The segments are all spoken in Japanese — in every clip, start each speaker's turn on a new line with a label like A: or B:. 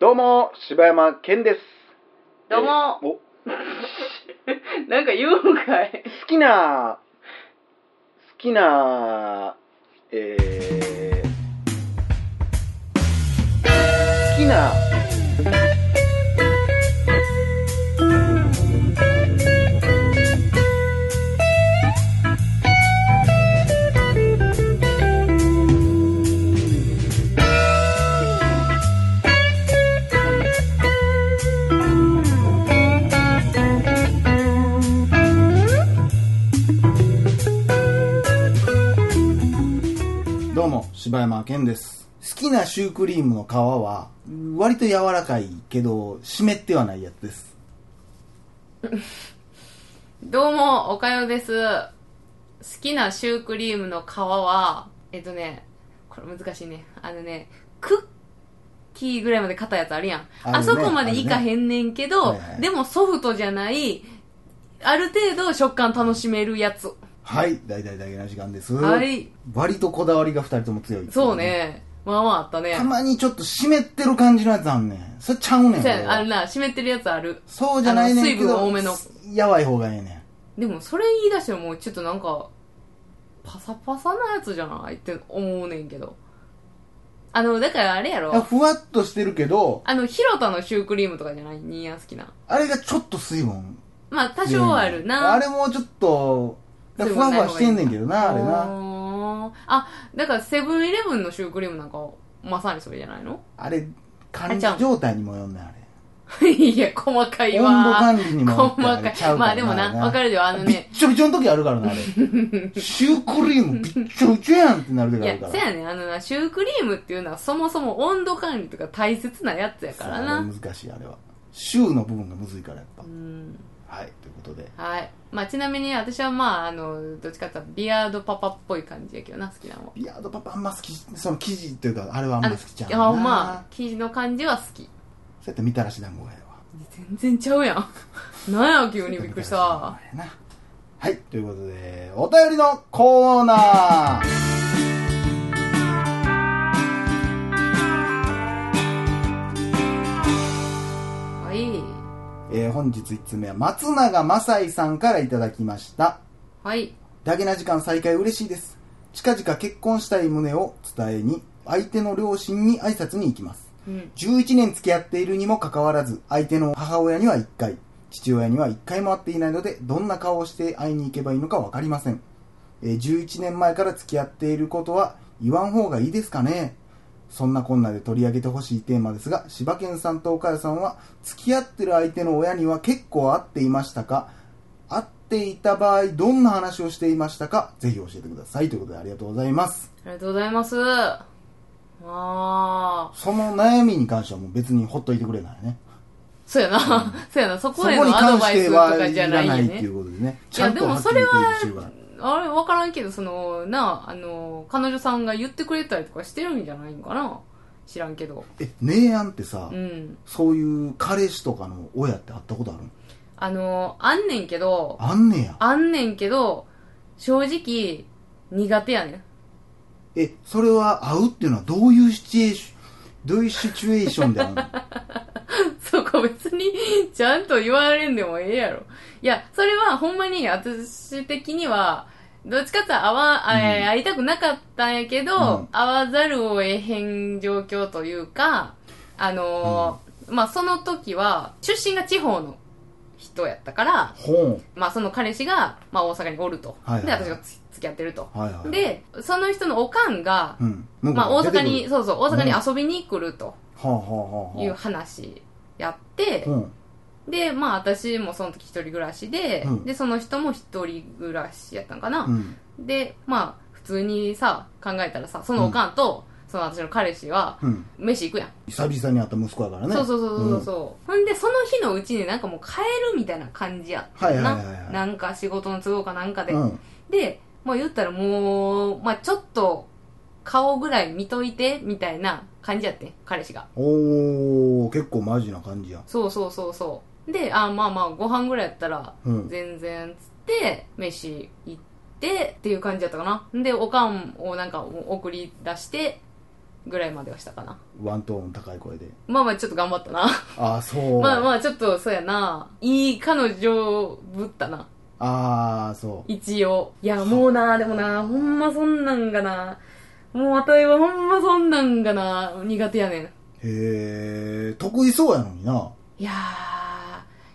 A: どうも、柴山健です。
B: どうも
A: えーお好
B: なんか言うんかい。
A: きな、好きな、えー、好きな、どうも、柴山健です。好きなシュークリームの皮は、割と柔らかいけど、湿ってはないやつです。
B: どうも、おかよです。好きなシュークリームの皮は、えっとね、これ難しいね。あのね、クッキーぐらいまで硬いやつあるやん。
A: ある
B: あ,、
A: ね
B: そこまでいかへんねんけど、
A: あるねはいはい
B: でもソフトじゃない、ある程度食感楽しめるやつ。
A: はい、大々だけの時間です。
B: はい。
A: 割とこだわりが二人とも強い。
B: そう。ね。まあまああったね
A: た。まにちょっと湿ってる感じのやつあんねん。それちゃうねん。
B: そうやねあるな、湿ってるやつある。
A: そうじゃないねんけど
B: あの水分多めの
A: やばい方がええねん
B: でもそれ言い出してもうちょっとなんかパサパサなやつじゃないって思うねんけどあのだからあれや
A: いや
B: ろ
A: ふわっとしてるけど
B: あの広田のシュークリームとかじゃないニーヤン好きな
A: あれがちょっと水分
B: まあ多少あるな
A: あれもちょっと
B: 水
A: ふ
B: 分
A: わ
B: な
A: ふ
B: い方がい
A: わ
B: い
A: してんねんけどなあれな
B: なあだからセブンイレブンのシュークリームなんかまさにそれじゃないの
A: あれ
B: あ
A: 管
B: れちゃう
A: 理状態にもよんねんあれ
B: いや細かいわ
A: 温度管理にもよって
B: 細か
A: あれちゃ
B: いう
A: から
B: まあでもなわかるよあの
A: びっ
B: ね
A: ちょびちょの時あるから なあれシュークリームびっちょびちょやんってなる時
B: い
A: ある
B: や
A: から
B: せやねんあのなシュークリームっていうのはそもそも温度管理とか大切なやつやからな
A: そう難しいあれはシューの部分がむずいからやっぱ
B: うん
A: はいということで
B: はい。まあ、ちなみに私はまあ、あの、どっちかっていうとビアードパパっぽい感じやけどな、好きなの。
A: ビアードパパあんま好きその生地というかあれはあんま
B: あの
A: 好きちゃう
B: い
A: な
B: や、まあ、生地の感じは好き。
A: そうやってみたらし団子がええわ
B: 全然ちゃうやん。 なんや、急にびっくりした。
A: はい、ということで、お便りのコーナー
B: はい。
A: えー本日1つ目は松永正井さんからいただきました。
B: はい。
A: ダゲな時間再開嬉しいです。近々結婚したい旨を伝えに、相手の両親に挨拶に行きます。
B: うん。
A: 11年付き合っているにもかかわらず、相手の母親には1回、父親には1回も会っていないので、どんな顔をして会いに行けばいいのかわかりません。えー11年前から付き合っていることは言わん方がいいですかねそんなこんなで取り上げてほしいテーマですが、柴犬さんと岡谷さんは、付き合ってる相手の親には結構会っていましたか会っていた場合、どんな話をしていましたかぜひ教えてください。ということでありがとうございます。
B: ありがとうございます。ああ。
A: その悩みに関してはもう別にほっといてくれないね。
B: そうやな。 そうやな。そ
A: そ
B: こ
A: こ
B: へ
A: に
B: のア
A: 関
B: ドバ
A: し
B: イ
A: て
B: スと
A: は
B: か
A: い
B: じゃ
A: ら
B: な
A: ないい
B: ん
A: って
B: や
A: い
B: ね。
A: うことでね。
B: いや、でもそれ
A: てる
B: は、あれ、わからんけど、その、なあ、あの、彼女さんが言ってくれたりとかしてるんじゃないんかな。知らんけど。
A: え、姉やんってさ、
B: うん。
A: そういう彼氏とかの親って会ったことあるの
B: あの、あんねんけど、
A: あんねや。
B: あんねんけど、正直、苦手やねん。
A: え、それは会うっていうのはどういうシチュエーション、どういうシチュエーションで会う の
B: そこ別に、ちゃんと言われんでもええやろ。いや、それはほんまに私的には、どっちかっていうと会わ、え
A: うん
B: ー会いたくなかったんやけど、
A: うん
B: 会わざるを得へん状況というか、あのーまあ、その時は、出身が地方の人やったから、
A: ほ
B: まあ、その彼氏が、まあ、大阪におると。
A: はいはいはい
B: で、私がつ付き合ってると。
A: う。はいはい。、
B: で、その人のおかんが、
A: うん。
B: まあ、大阪に、
A: は
B: そうそう、大阪に遊びに来ると
A: あ、はあはあはあ、
B: いう話やって、
A: うん。
B: で、まあ、私もその時一人暮らしで、
A: うん
B: で、その人も一人暮らしやったんか
A: う
B: な。
A: ん。
B: で、まあ、普通にさ、考えたらさ、そのおかんと、その私の彼氏は、
A: うん。
B: 飯行くやん。
A: 久々に会った息子やからね。
B: そうそうそうそうそう。ほんで、その日のうちになんかもう帰るみたいな感じやったよな。
A: はいはいはいはい
B: なんか仕事の都合かなんかで。
A: うん。うん。
B: で、まあ言ったらもう、まあちょっと、顔ぐらい見といて、みたいな感じやってん、彼氏が。
A: おー、結構マジな感じや。
B: そうそうそうそう。で、あ、まあまあ、ご飯ぐらいやったら、
A: うん。
B: 全然、つって、飯行って、っていう感じやったかな。で、おかんをなんか送り出して、ぐらいまではしたかな。
A: ワントーン高い声で。
B: まあまあちょっと頑張ったな。
A: ああ、そう。
B: まあまあちょっとそうやな。いい彼女ぶったな。
A: ああ、そう。
B: 一応。いやもうな、でもな、ほんまそんなんがな。もうわたいはほんまそんなんがな、苦手やねん。
A: へえ、得意そうやのにな。はい
B: やー、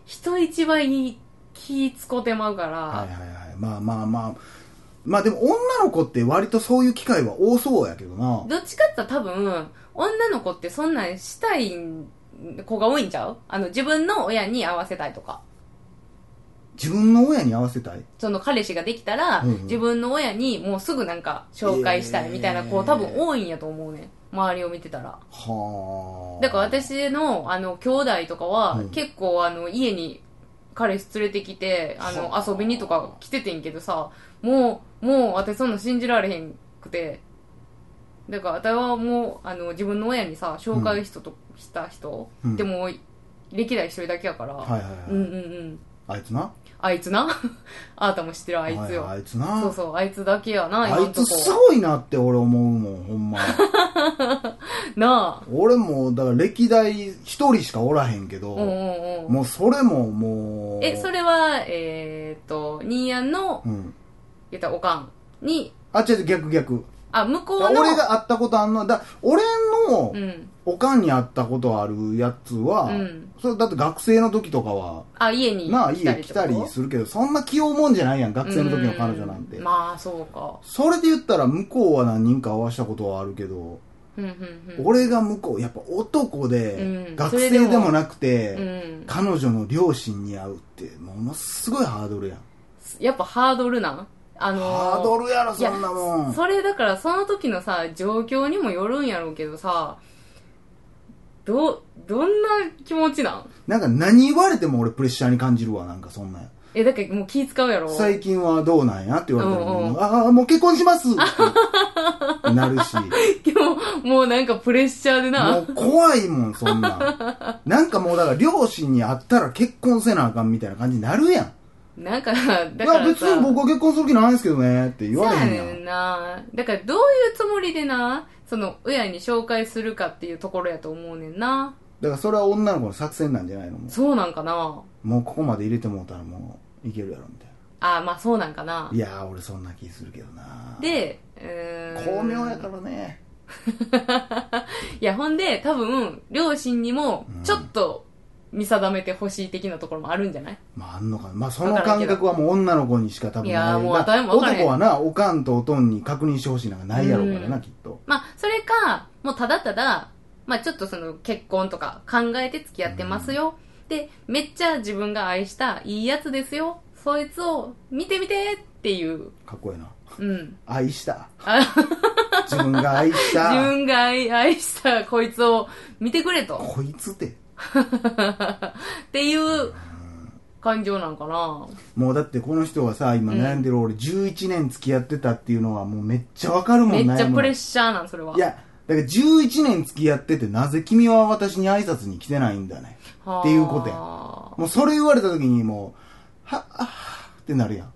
B: 人一倍に気つこてまうから、
A: はいはい。まあまあまあ。まあでも女の子って割とそういう機会は多そうやけどな。
B: どっちかって言ったら多分、女の子ってそんなんしたい子が多いんちゃうあの、自分の親に会わせたいとか。
A: 自分の親に合わせたい。
B: その彼氏ができたら、
A: うんうん
B: 自分の親にもうすぐなんか紹介したいみたいな子、
A: えー
B: 多分多いんやと思うね。周りを見てたら。
A: はあ。
B: だから。私の、あの、兄弟とかは、
A: うん
B: 結構あの、家に彼氏連れてきて、あの、
A: はあ
B: 遊びにとか来ててんけどさ、もう、もう私そんなん信じられへんくて。だから私はもう、あの、自分の親にさ、紹介人と、した人、
A: うん
B: でも、歴代一人だけやから、
A: はいはいはい。
B: うんうんうん。
A: あいつな。
B: あいつな あーたも知ってるあいつよ。
A: はあいつな。
B: そうそう、あいつだけやな、
A: あ
B: 今
A: い
B: んと
A: つ
B: こ。
A: すごいなって俺思うもん、ほ んま。
B: な
A: 俺も、だから歴代一人しかおらへんけ
B: あ。
A: ど、
B: うんうんうん。
A: もうそれももう。
B: え、それは、えーっと、ニーヤンの、
A: うん。
B: 言ったらおかんに、
A: あ、違う違う逆逆。
B: あ、向こう
A: だから
B: の、
A: 俺が会ったことあんのは、だ俺の
B: うん。
A: おかんに会ったことあるやつは、
B: うん
A: それだって学生の時とかは、
B: あ、家に
A: まあ
B: 来た
A: 家
B: り
A: 来たりするけど、そんな器用もんじゃないやん、学生の時の彼女なんて。
B: うまあ、そうか。
A: それで言ったら向こうは何人か会わしたことはあるけど、
B: うん、うん、
A: 俺が向こう、やっぱ男で、
B: うん
A: 学生でもなくて、
B: うん。うん。
A: 彼女の両親に会うって、ものすごいハードルやん。
B: やっぱハードルなんあの
A: ハードルやろ、
B: いや
A: そんなもん。
B: それだからその時のさ状況にもよるんやろうけどさどどんな気持ちなん
A: なんか何言われても俺プレッシャーに感じるわ、なんかそんなんや。
B: えだからもう気使うやろ
A: 最近はどうなんやって言われたら、
B: うんうん
A: もうああ、もう結婚しますってなるし、
B: でも、もうなんかプレッシャー
A: も
B: で な。
A: う怖いもん、そんなん。なんかもうだから両親に会ったら結婚せなあかんみたいな感じになるやん。
B: なんか、だから
A: い
B: さ
A: や、別に僕は結婚する気ないんですけどねって言われへんや
B: そうやね
A: ん。
B: んな。だからどういうつもりでな、その、親に紹介するかっていうところやと思うねんな。
A: だからそれは女の子の作戦なんじゃないのも
B: そうなんかな。
A: うもうここまで入れてもうたらもういけるやろみたいな。。
B: あ、まあそうなんかない
A: やー、俺そんな気するけどな。、
B: で、うーん。
A: 巧妙やからね。
B: いや、ほんで、多分、両親にも
A: うん、
B: ちょっと、見定めてほしい的なところもあるんじゃない
A: まあ、あんのかな。まあ、その感覚はもう女の子にしか多分ない。
B: いやーもう
A: まあ
B: 私も分からへん
A: 男はな、おかんとおとんに確認してほしいなんかないやろうからな、
B: うん
A: きっと。
B: まあ、それか、もうただただ、まあちょっとその結婚とか考えて付き合ってますよ。で、めっちゃ自分が愛したいいやつですよ。そいつを見てみてっていう。
A: かっこいいな。
B: うん。
A: 愛した。
B: あ
A: 自分が愛した。
B: 自分が愛愛したこいつを見てくれと。
A: こいつって。
B: っていう感情なんかな。
A: もうだってこの人がさ、今悩んでる俺11年付き合ってたっていうのはもうめっちゃわかるもん
B: め
A: ね。
B: っちゃプレッ
A: シ
B: シャーなん、それは。
A: いや、だから11年付き合っててなぜ君は私に挨拶に来てないんだね。
B: はあ、
A: っていうことやもうそれ言われた時にもう、は、あーってなるや ん。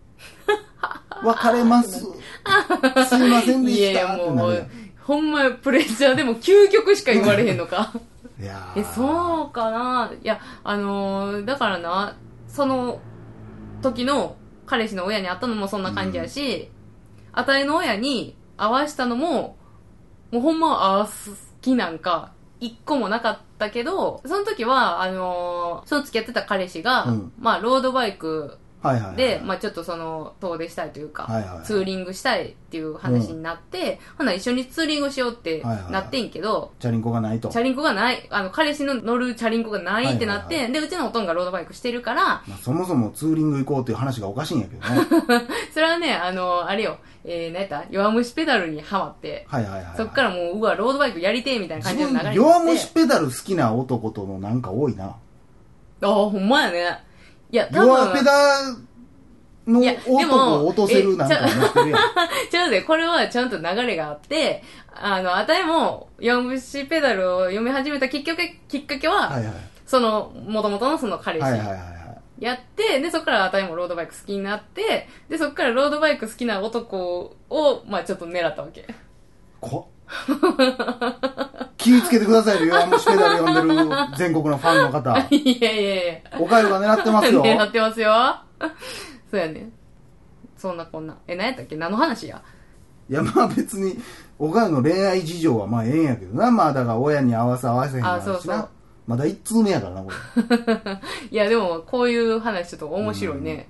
A: 別れます。すいませんで
B: いやい
A: した。
B: や、
A: って
B: も
A: なるや
B: う、ほんまプレッシャーでも究極しか言われへんのか。
A: ん。いやー
B: えそうかないやあのーだからなその時の彼氏の親に会ったのもそんな感じやし、あたいの親に会わしたのももうほんまはあー好きなんか一個もなかったけどその時はあのーその付き合ってた彼氏が、
A: うん
B: まあロードバイク
A: はいはいはい。
B: で、まあ、ちょっとその遠出したいというか、
A: はいはいはい
B: ツーリングしたいっていう話になって、ほな一緒にツーリングしようって
A: はいはいはい
B: なってんけど、
A: チャリンコがないと。
B: チャリンコがない、あの、彼氏の乗るチャリンコがないってなっ
A: は
B: て、
A: い
B: で、うちのおとんがロードバイクしてるから、
A: まあ、そもそもツーリング行こうっていう話がおかしいんやけどね。
B: それはね、あの、あれよ、えー、何やった弱虫ペダルにはまって、
A: はいはいはい。
B: そっからもう、うわ、ロードバイクやりてえみたいな
A: 自
B: 感じの流れになっ
A: 分、
B: て。
A: 弱虫ペダル好きな男とのなんか多いな。
B: ああ、ほんまやね。いや、多
A: 弱
B: 分、
A: ペダの
B: いやで
A: 男
B: も
A: を落とせるなんかになってるやん。
B: ちゃうで、これはちゃんと流れがあって、あの、あたいも、弱虫ペダルを読み始めたきっかけ、きっかけは、
A: はいはい。
B: その、元々のその彼氏
A: はいはいはいはい。
B: やって、で、そこからあたいもロードバイク好きになって、で、そこからロードバイク好きな男を、まあちょっと狙ったわけ。
A: こ気をつけてくださいよ、弱虫ペダル呼んでる全国のファンの方。
B: いやいやいや。
A: おかゆが狙ってますよ。
B: 狙ってますよ。 そうやね。そんなこんな。え、何やったっけ何の話や
A: いや、まあ別に、おかゆの恋愛事情はまあええんやけどな。まあだから親に合わせ合わせへんから
B: あそうそう
A: まだ一通目やからな、これ。
B: いや、でも、こういう話ちょっと面白いね。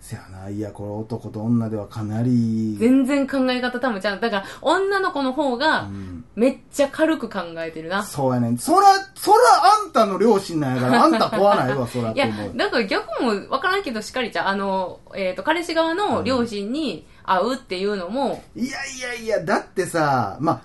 A: せやな、いや、これ男と女ではかなり、
B: 全然考え方多分ちゃう。だから、女の子の方
A: う
B: が、
A: ん
B: めっちゃ軽く考えてるな。
A: そうやねん。そら、そらあんたの両親なんやから、あんた問わないわ、そらっ
B: い
A: て
B: や
A: 思う、。
B: だから逆も分からんけど、しっかりちゃんあの、えっ、と、彼氏側の両親に会うっていうのも、
A: いやいやいや、だってさ、まあ、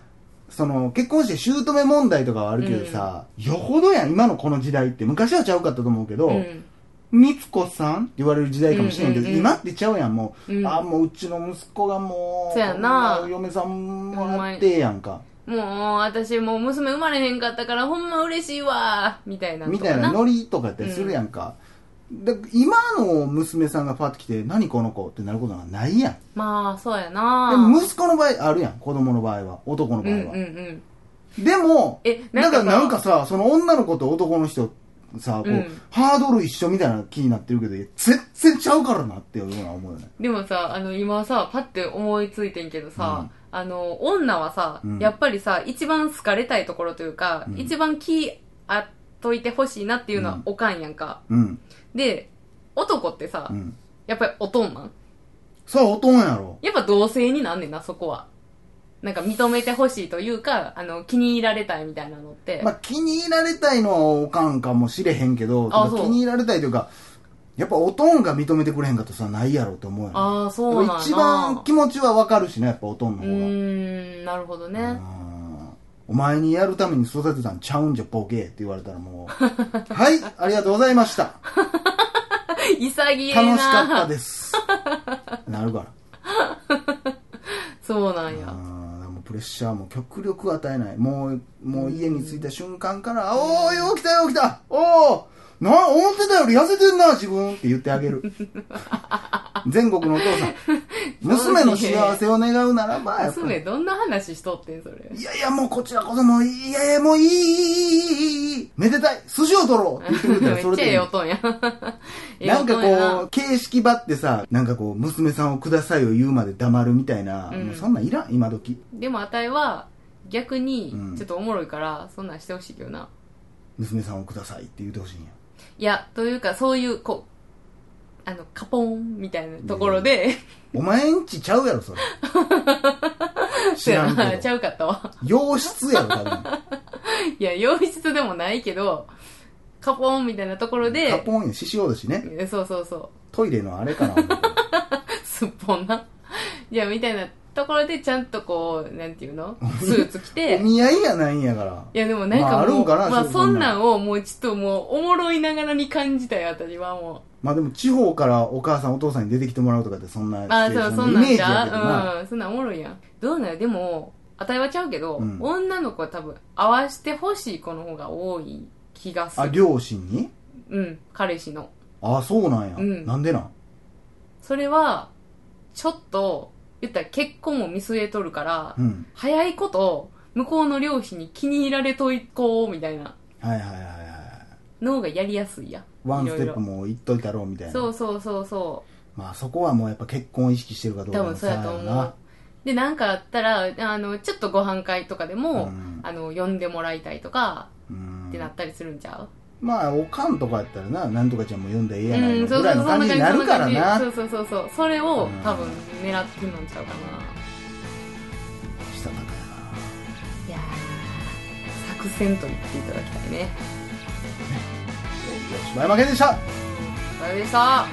A: その、結婚して姑問題とかはあるけどさ、よほどやん、今のこの時代って。昔はちゃうかったと思うけど、
B: うん。
A: みつこさんって言われる時代かもしれんけど、
B: うんうんうん
A: 今ってちゃうやん、もう。
B: うん
A: あ、もううちの息子がもう、
B: そやな
A: こん嫁さんもらってえやんか。
B: もう、私もう娘生まれへんかったから、ほんま嬉しいわみたいな。
A: みたいな。ノリとかやったりするやんか。で今の娘さんがパッと来て、何この子ってなることがないやん。
B: まあ、そうやな
A: でも息子の場合あるやん、子供の場合は、男の場合
B: う
A: は。
B: んうんうん。
A: でも、
B: え、
A: だからなんか
B: さ、
A: さ、その女の子と男の人さ、こう、
B: うん
A: ハードル一緒みたいな気になってるけど、いや全然ちゃうからなっていうのは思うよね。
B: でもさ、あの、今さ、パッて思いついてんけどさ、あの、女はさ、
A: うん
B: やっぱりさ、一番好かれたいところというか、
A: うん
B: 一番気あっといてほしいなっていうの
A: う
B: は
A: ん
B: おかんやんか。
A: うん。
B: で、男ってさ、
A: うん。
B: やっぱりおとんなん。
A: さあ、おとんやろ。
B: やっぱ同性になんねんな、そこは。なんか認めてほしいというか、あの、気に入られたいみたいなのって。
A: まあ、気に入られたいのはおかんかもしれへんけど、
B: あ
A: てか
B: そう
A: 気に入られたいというか、やっぱおとんが認めてくれへんかったらそれはないやろうと思うよね。
B: ああ、そうなんだ。
A: 一番気持ちはわかるしね、やっぱおとんの
B: う
A: 方が。
B: ーん、なるほどね。
A: うんお前にやるために育てたんちゃうんじゃボケって言われたらもう はいありがとうございました
B: 潔いな
A: 楽しかった ですなるから
B: そうなんや。
A: あもうプレッシャーも極力与えないもうもう家に着いた瞬間から「おおよう来たよう来たおおな思ってたより痩せてんな自分」って言ってあげ る全国のお父さん娘の幸せを願うならばやっぱり
B: 娘どんな話しとってんそれ
A: いやいや、もうこちらこそもう、いやいや、もういい、いい、いい、いい、めでたい、筋を取ろうって言ってくれたら、 そ
B: め
A: れ
B: っちゃ
A: でい
B: え
A: い
B: え。音 やええ
A: なんか
B: 音や
A: こう、形式ばってさ、なんかこう、娘さんをくださいを言うまで黙るみたいな、
B: うん
A: もうそんなんいらん、今時。
B: でもあたいは逆に
A: うん
B: ちょっとおもろいからそんなんしてほしいけどな、
A: 娘さんをくださいって言ってほしいんや。
B: いやというかそういうこうあのカポンみたいなところで、
A: お前んちちゃうや ろ、それ。知らんけ
B: ち
A: ど。
B: ゃうかったわ
A: 洋室やろ、多分。
B: いや洋室でもないけどカポンみたいなところ
A: カ
B: で
A: ポンや、獅子王だしね。
B: えそうそうそう
A: トイレのあれかな。思って
B: すっぽんな じゃあみたいなところでちゃんとこうなんていう のスーツ着て
A: お見合いやないんやから。
B: いやでもなん
A: まああ
B: か
A: る
B: も
A: ん
B: う、
A: かな
B: まあ、
A: そ
B: そ
A: ん
B: ん
A: な
B: なんをもうちょっともうおもろいながらに感じたよ私はも
A: まあでも地方からお母さんお父さんに出てきてもらうとかってそんな
B: うああーそうそん
A: イ
B: な
A: メ
B: ん
A: ージ
B: じ
A: やけどな、
B: ゃうんそんなんおもろいやんどうなんやでもあたいはちゃうけど、
A: うん
B: 女の子は多分合わしてほしい子の方が多い気がす
A: あ
B: る
A: 両親に
B: うん彼氏の
A: あそうなんや、
B: うん
A: なんでなん
B: それはちょっと言ったら結婚を見据えとるから、
A: うん
B: 早いこと向こうの両親に気に入られといこうみたいな
A: はいはいはいはい
B: の方がやりやすいやん
A: ワン
B: いろ
A: ス
B: い
A: テ
B: ろ
A: ップもいっといたろうみたいな
B: そうそうそうそう
A: まあそこはもうやっぱ結婚を意識してるかどうか
B: 多
A: の
B: 分そうやと
A: 差や
B: 思う
A: な
B: でなんかあったらあのちょっとご飯会とかでも、
A: うん
B: あの呼んでもらいたいとか
A: うん
B: ってなったりするんちゃ
A: まあおかんとかやったらななんとかちゃんも読んだらええ
B: う、
A: やないの
B: そう
A: ぐら
B: そう
A: い
B: そ
A: の
B: んな
A: 感
B: 感
A: じ
B: じ
A: になるからな
B: そんな感じそうそうそうそうそれを
A: うん
B: 多分狙ってるのんちゃうかな、
A: したたかや
B: いやー作戦と言っていただきたいね
A: なよし前負けでした
B: お疲れ様でした